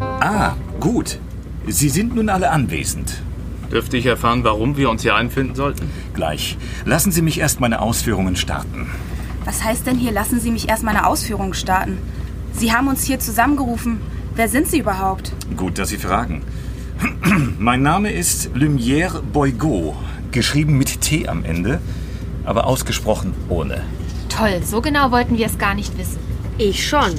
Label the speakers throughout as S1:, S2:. S1: Ah, gut. Sie sind nun alle anwesend.
S2: Dürfte ich erfahren, warum wir uns hier einfinden sollten?
S1: Gleich. Lassen Sie mich erst meine Ausführungen starten.
S3: Was heißt denn hier, lassen Sie mich erst meine Ausführungen starten? Sie haben uns hier zusammengerufen. Wer sind Sie überhaupt?
S1: Gut, dass Sie fragen. mein Name ist Lumière Boygo, geschrieben mit T am Ende, aber ausgesprochen ohne.
S4: Toll, so genau wollten wir es gar nicht wissen.
S5: Ich schon.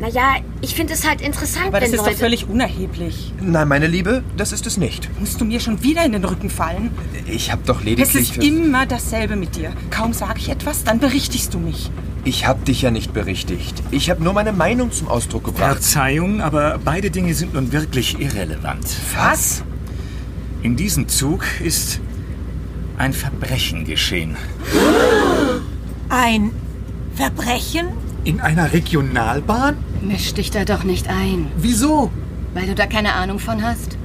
S5: Naja, ich finde es halt interessant,
S6: Aber das
S5: wenn
S6: ist
S5: Leute...
S6: doch völlig unerheblich.
S7: Nein, meine Liebe, das ist es nicht.
S6: Musst du mir schon wieder in den Rücken fallen?
S7: Ich habe doch
S6: Es
S7: lediglich...
S6: ist immer dasselbe mit dir. Kaum sage ich etwas, dann berichtigst du mich.
S7: ich habe dich ja nicht berichtigt. Ich habe nur meine Meinung zum Ausdruck gebracht.
S1: Verzeihung, aber beide Dinge sind nun wirklich irrelevant.
S7: Was?
S1: In diesem Zug ist ein Verbrechen geschehen.
S8: Ein Verbrechen?
S9: In einer Regionalbahn?
S10: Misch dich da doch nicht ein,
S9: Wieso?
S10: weil du da keine Ahnung von hast.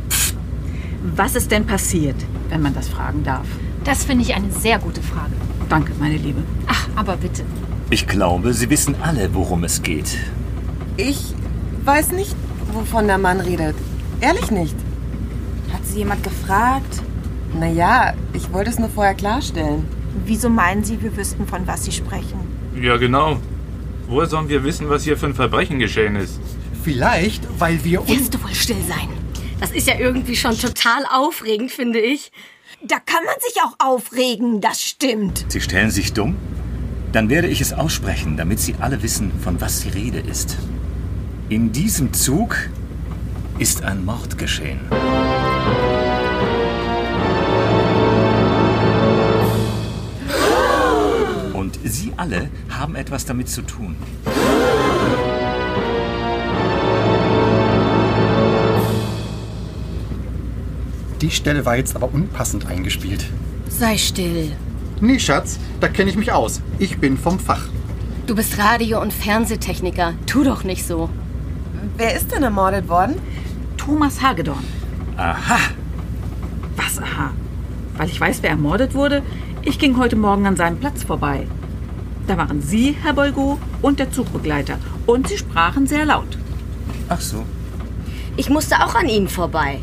S11: Was ist denn passiert, wenn man das fragen darf?
S4: Das finde ich eine sehr gute Frage.
S11: Danke, meine Liebe.
S4: Ach, aber bitte.
S1: Ich glaube, Sie wissen alle, worum es geht.
S12: Ich weiß nicht, wovon der Mann redet. Ehrlich nicht.
S3: Hat Sie jemand gefragt?
S12: Naja, ich wollte es nur vorher klarstellen.
S8: Wieso meinen Sie, wir wüssten, von was Sie sprechen?
S2: Ja, genau. Woher sollen wir wissen, was hier für ein Verbrechen geschehen ist?
S9: Vielleicht, weil wir uns...
S4: Wirst du wohl still sein?
S5: Das ist ja irgendwie schon total aufregend, finde ich.
S8: Da kann man sich auch aufregen, das stimmt.
S1: Sie stellen sich dumm? Dann werde ich es aussprechen, damit Sie alle wissen, von was die Rede ist. In diesem Zug ist ein Mord geschehen. Und Sie alle haben etwas damit zu tun.
S9: Die Stelle war jetzt aber unpassend eingespielt.
S10: Sei still.
S9: Nee, Schatz, da kenne ich mich aus. Ich bin vom Fach.
S10: Du bist Radio- und Fernsehtechniker. Tu doch nicht so.
S12: Wer ist denn ermordet worden?
S11: Thomas Hagedorn.
S1: Aha,
S11: Was, aha. Weil ich weiß, wer ermordet wurde. Ich ging heute Morgen an seinem Platz vorbei. Da waren Sie, Herr Bolgo, und der Zugbegleiter. Und Sie sprachen sehr laut.
S1: ach so.
S5: Ich musste auch an ihm vorbei.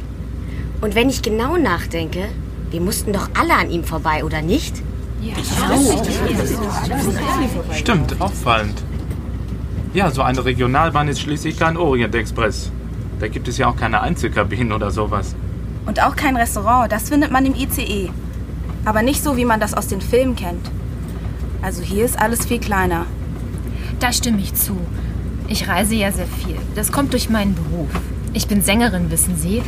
S5: Und wenn ich genau nachdenke, wir mussten doch alle an ihm vorbei, oder nicht?
S2: Stimmt, auffallend. Ja, so eine Regionalbahn ist schließlich kein Orient-Express. Da gibt es ja auch keine Einzelkabinen oder sowas.
S3: Und auch kein Restaurant, das findet man im ICE. Aber nicht so, wie man das aus den Filmen kennt. Also hier ist alles viel kleiner.
S4: Da stimme ich zu. Ich reise ja sehr viel. Das kommt durch meinen Beruf. Ich bin Sängerin, wissen Sie.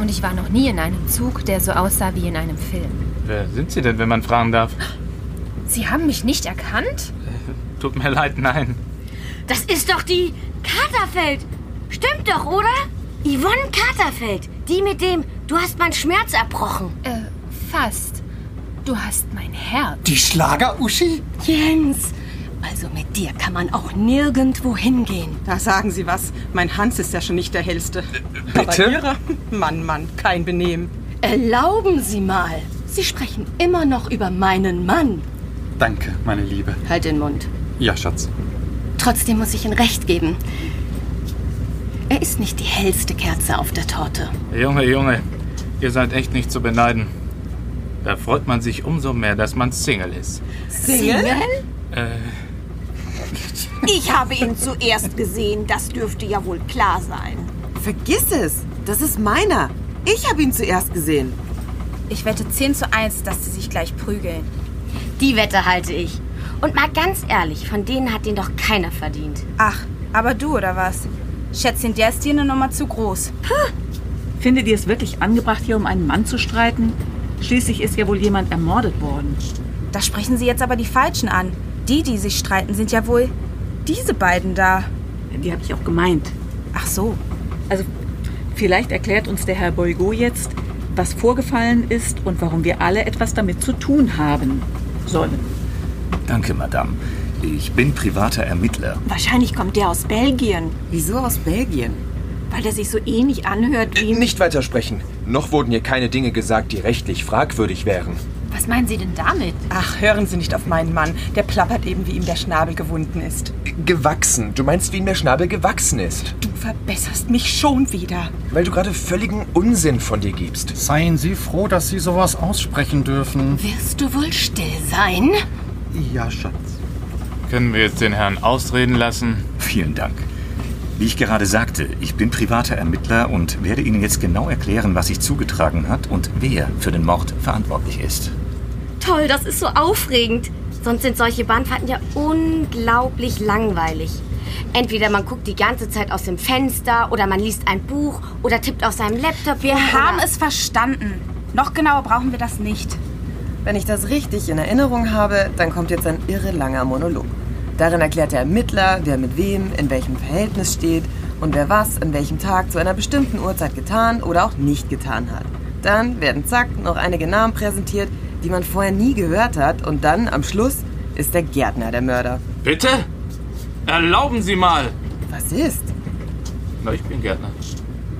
S4: Und ich war noch nie in einem Zug, der so aussah wie in einem Film.
S2: Wer sind Sie denn, wenn man fragen darf?
S4: Sie haben mich nicht erkannt?
S2: Tut mir leid, nein.
S5: Das ist doch die Katerfeld. Stimmt doch, oder? Yvonne Katerfeld. Die mit dem, du hast meinen Schmerz erbrochen.
S4: Äh, fast. Du hast mein Herz.
S9: Die Schlager-Uschi?
S10: Jens, also mit dir kann man auch nirgendwo hingehen.
S6: Da sagen sie was. Mein Hans ist ja schon nicht der hellste.
S7: bitte?
S6: Aber ihrer? Mann, Mann, kein Benehmen.
S10: Erlauben Sie mal. Sie sprechen immer noch über meinen Mann.
S9: Danke, meine Liebe.
S10: Halt den Mund.
S9: Ja, Schatz.
S10: Trotzdem muss ich Ihnen recht geben. Er ist nicht die hellste Kerze auf der Torte.
S2: Junge, Junge, ihr seid echt nicht zu beneiden. Da freut man sich umso mehr, dass man Single ist.
S8: Single?
S2: Äh,
S8: Ich habe ihn zuerst gesehen, das dürfte ja wohl klar sein.
S12: Vergiss es. Das ist meiner. Ich habe ihn zuerst gesehen.
S3: Ich wette 10 zu 1, dass sie sich gleich prügeln.
S5: Die Wette halte ich. Und mal ganz ehrlich, von denen hat den doch keiner verdient.
S3: Ach, aber du oder was? Schätzchen, der ist dir eine Nummer zu groß.
S11: Findet ihr es wirklich angebracht, hier um einen Mann zu streiten? Schließlich ist ja wohl jemand ermordet worden.
S3: Da sprechen sie jetzt aber die Falschen an. Die, die sich streiten, sind ja wohl diese beiden da.
S11: Die habe ich auch gemeint.
S3: Ach so.
S11: Also vielleicht erklärt uns der Herr Boygo jetzt, was vorgefallen ist und warum wir alle etwas damit zu tun haben sollen.
S1: Danke, Madame. Ich bin privater Ermittler.
S8: Wahrscheinlich kommt der aus Belgien.
S12: Wieso aus Belgien?
S8: Weil er sich so ähnlich anhört wie...
S7: Nicht weitersprechen. Noch wurden hier keine Dinge gesagt, die rechtlich fragwürdig wären.
S4: Was meinen Sie denn damit?
S6: Ach, hören Sie nicht auf meinen Mann. Der plappert eben, wie ihm der Schnabel gewunden ist.
S7: Gewachsen. Du meinst, wie ihm der Schnabel gewachsen ist.
S6: Du verbesserst mich schon wieder.
S7: Weil du gerade völligen Unsinn von dir gibst.
S9: Seien Sie froh, dass Sie sowas aussprechen dürfen.
S10: Wirst du wohl still sein?
S9: Ja, Schatz.
S2: Können wir jetzt den Herrn ausreden lassen?
S1: Vielen Dank. Wie ich gerade sagte, ich bin privater Ermittler und werde Ihnen jetzt genau erklären, was sich zugetragen hat und wer für den Mord verantwortlich ist.
S5: Toll, das ist so aufregend. Sonst sind solche Bahnfahrten ja unglaublich langweilig. Entweder man guckt die ganze Zeit aus dem Fenster oder man liest ein Buch oder tippt auf seinem Laptop.
S3: Wir
S5: rum oder-
S3: haben es verstanden. Noch genauer brauchen wir das nicht.
S12: Wenn ich das richtig in Erinnerung habe, dann kommt jetzt ein irre langer Monolog. Darin erklärt der Ermittler, wer mit wem, in welchem Verhältnis steht und wer was an welchem Tag zu einer bestimmten Uhrzeit getan oder auch nicht getan hat. Dann werden zack noch einige Namen präsentiert, die man vorher nie gehört hat und dann am Schluss ist der Gärtner der Mörder.
S2: Bitte? Erlauben Sie mal.
S12: Was ist?
S2: Na, ich bin Gärtner.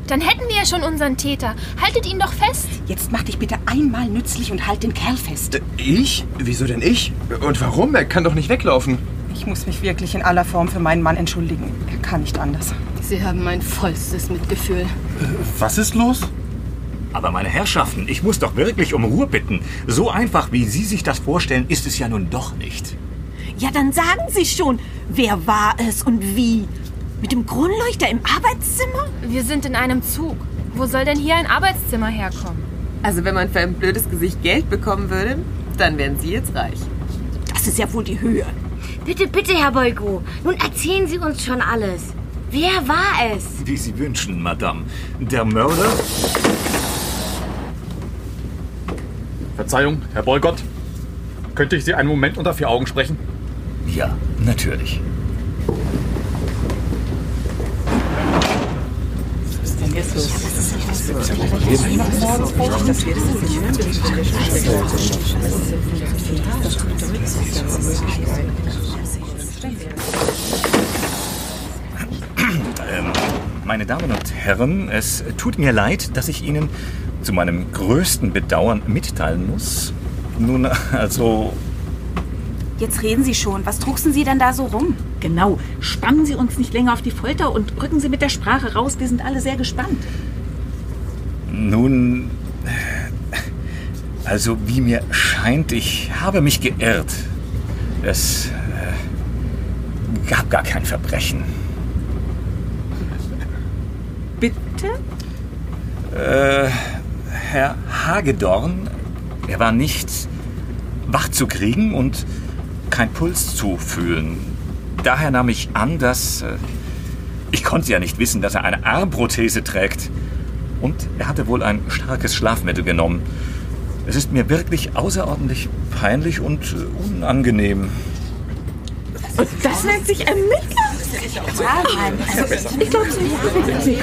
S4: Dann hätten wir ja schon unseren Täter. Haltet ihn doch fest.
S6: Jetzt mach dich bitte einmal nützlich und halt den Kerl fest.
S7: Ich? Wieso denn ich? Und warum? Er kann doch nicht weglaufen.
S6: Ich muss mich wirklich in aller Form für meinen Mann entschuldigen. Er kann nicht anders.
S10: Sie haben mein vollstes Mitgefühl.
S1: Was ist los? Aber meine Herrschaften, ich muss doch wirklich um Ruhe bitten. So einfach, wie Sie sich das vorstellen, ist es ja nun doch nicht.
S8: Ja, dann sagen Sie schon, wer war es und wie? Mit dem Kronleuchter im Arbeitszimmer?
S4: Wir sind in einem Zug. Wo soll denn hier ein Arbeitszimmer herkommen?
S12: Also wenn man für ein blödes Gesicht Geld bekommen würde, dann wären sie jetzt reich.
S8: Das ist ja wohl die Höhe.
S5: Bitte, bitte, Herr Bolgo. Nun erzählen Sie uns schon alles. Wer war es?
S1: Wie Sie wünschen, Madame. Der Mörder?
S13: Verzeihung, Herr Bollgott. Könnte ich Sie einen Moment unter vier Augen sprechen?
S1: Ja, natürlich. Ähm, meine Damen und Herren, es tut mir leid, dass ich Ihnen zu meinem größten Bedauern mitteilen muss. Nun, also,
S3: Jetzt reden Sie schon. Was drucksen Sie denn da so rum?
S11: Genau. Spannen Sie uns nicht länger auf die Folter und rücken Sie mit der Sprache raus. Wir sind alle sehr gespannt.
S1: nun, also wie mir scheint, ich habe mich geirrt. Es äh, gab gar kein Verbrechen.
S11: Bitte?
S1: Äh, Herr Hagedorn, er war nicht wach zu kriegen und kein Puls zu fühlen. Daher nahm ich an, dass... Äh, ich konnte ja nicht wissen, dass er eine Armprothese trägt. Und er hatte wohl ein starkes Schlafmittel genommen. Es ist mir wirklich außerordentlich peinlich und äh, unangenehm.
S11: Und das nennt sich Ermittler? Ich glaub's nicht.
S1: Es,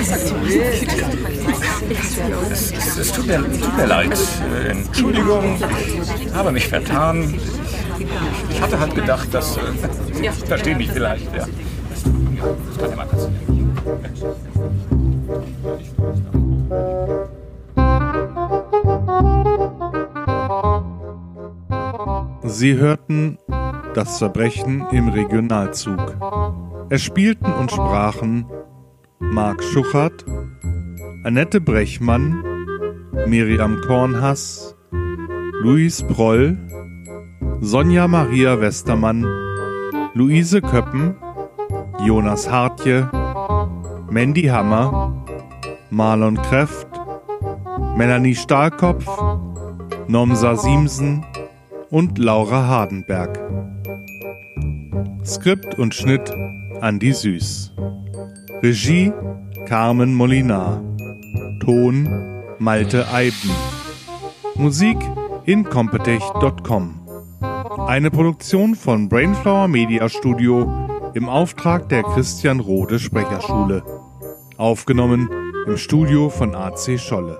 S1: es, es tut, mir, tut mir leid. Äh, Entschuldigung, ich habe mich vertan. Ich hatte halt gedacht, dass... Äh,
S11: Ja.
S1: Sie verstehen mich vielleicht, ja. Das kann ja mal passieren.
S14: Sie hörten Das Verbrechen im Regionalzug. Es spielten und sprachen Marc Schuchert, Annette Brechmann, Miriam Kornhass, Luis Proll, Sonja Maria Westermann, Luise Köppen, Jonas Hartje, Mandy Hammer, Marlon Kräft, Melanie Stahlkopf, Nomsa Siemsen und Laura Hardenberg. Skript und Schnitt Andi Süß. Regie Carmen Molinar. Ton Malte Eiben. Musik incompetech.com. Eine Produktion von Brainflower Media Studio im Auftrag der Christian Rode Sprecherschule. Aufgenommen im Studio von AC Scholle.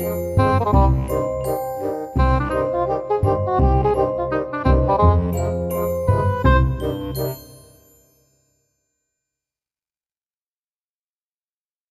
S15: Thank you. Musik